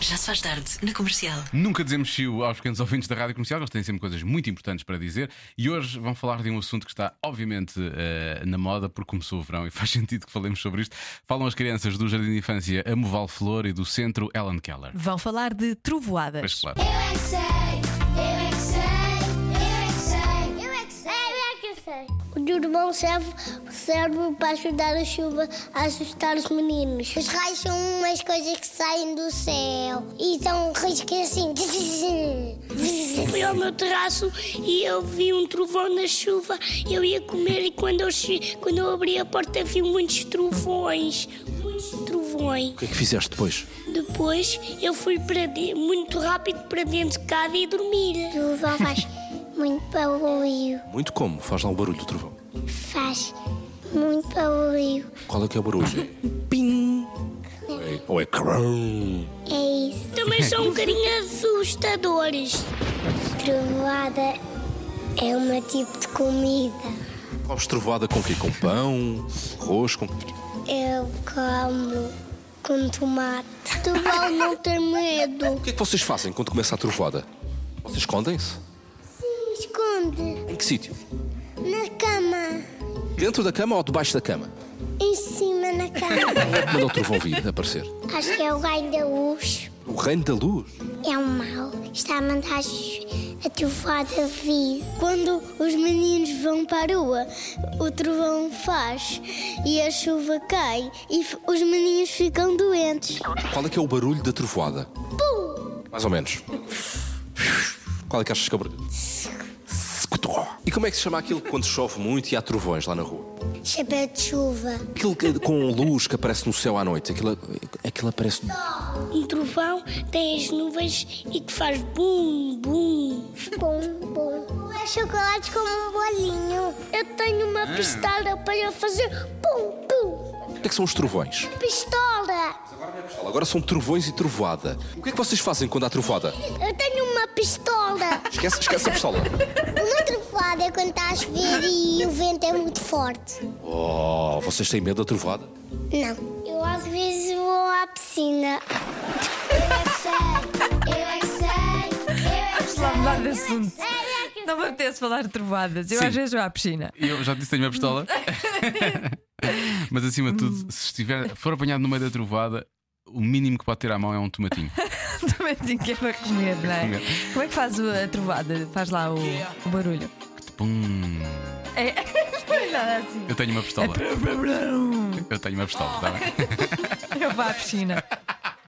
Já se faz tarde na comercial. Nunca dizemos chiu aos pequenos ouvintes da Rádio Comercial, eles têm sempre coisas muito importantes para dizer e hoje vão falar de um assunto que está obviamente eh, na moda porque começou o verão e faz sentido que falemos sobre isto. Falam as crianças do Jardim de Infância Amoval Flor e do Centro Ellen Keller. Vão falar de trovoadas. Mas claro. Eu é que sei, eu é que sei, eu é que sei, eu é que sei, eu é que sei. O Durmão serve, serve para ajudar a chuva a assustar os meninos. Os raios são umas coisas que saem do céu e são raios que assim. Fui ao meu terraço e eu vi um trovão na chuva. Eu ia comer e quando eu, che- quando eu abri a porta vi muitos trovões. Muitos trovões. O que é que fizeste depois? Depois eu fui para de- muito rápido para dentro de casa e dormir. O vó faz muito barulho, Muito como? Faz lá o barulho do trovão. faz muito barulho. Qual é que é o barulho? Pim! Ou é- Ou é crum? É isso. Também são um bocadinho assustadores. Trovoada é uma tipo de comida. Comes trovoada com o quê? Com pão? Arroz? Com... Eu como com tomate. Tu vão não ter medo. O que é que vocês fazem quando começa a trovoada? Vocês escondem-se? Esconde Em que sítio? na cama. Dentro da cama ou debaixo da cama? Em cima na cama. Quando é o trovão vir aparecer? Acho que é o raio da luz. O reino da luz? É o mal. Está a mandar a trovada vir. Quando os meninos vão para a rua, o trovão faz e a chuva cai e f- os meninos ficam doentes. Qual é que é o barulho da trovoada? Mais ou menos. Qual é que achas que é o barulho? E como é que se chama aquilo quando chove muito e há trovões lá na rua? Chapéu de chuva. Aquilo que- é com luz que aparece no céu à noite, aquilo, aquilo aparece. Um trovão tem as nuvens e que faz bum, bum. Bom, bom. É chocolate com um bolinho. Eu tenho uma pistola para fazer pum, pum. O que é que são os trovões? Pistola. Agora são trovões e trovoada. O que é que vocês fazem quando há trovoada? Eu tenho uma pistola. Esquece, esquece a pistola. uma trovoada é quando está a chover e o vento é muito forte. Oh, vocês têm medo da trovoada? Não. Eu às vezes vou à piscina. Eu é que sei. Eu é que sei. Eu é que sei. Vamos mudar de assunto. Eu é que Não me apetece falar de trovoadas. Eu Sim. às vezes vou à piscina. Eu já disse que tenho uma pistola. Mas acima de tudo, se estiver, for apanhado no meio da trovada, o mínimo que pode ter à mão é um tomatinho. Também tinha que é para comer, não é? Como é que faz o- a trovada? Faz lá o, o barulho. Pum. É, não é nada assim. Eu tenho uma pistola. Eu tenho uma pistola, está tá bem? Eu vou à piscina.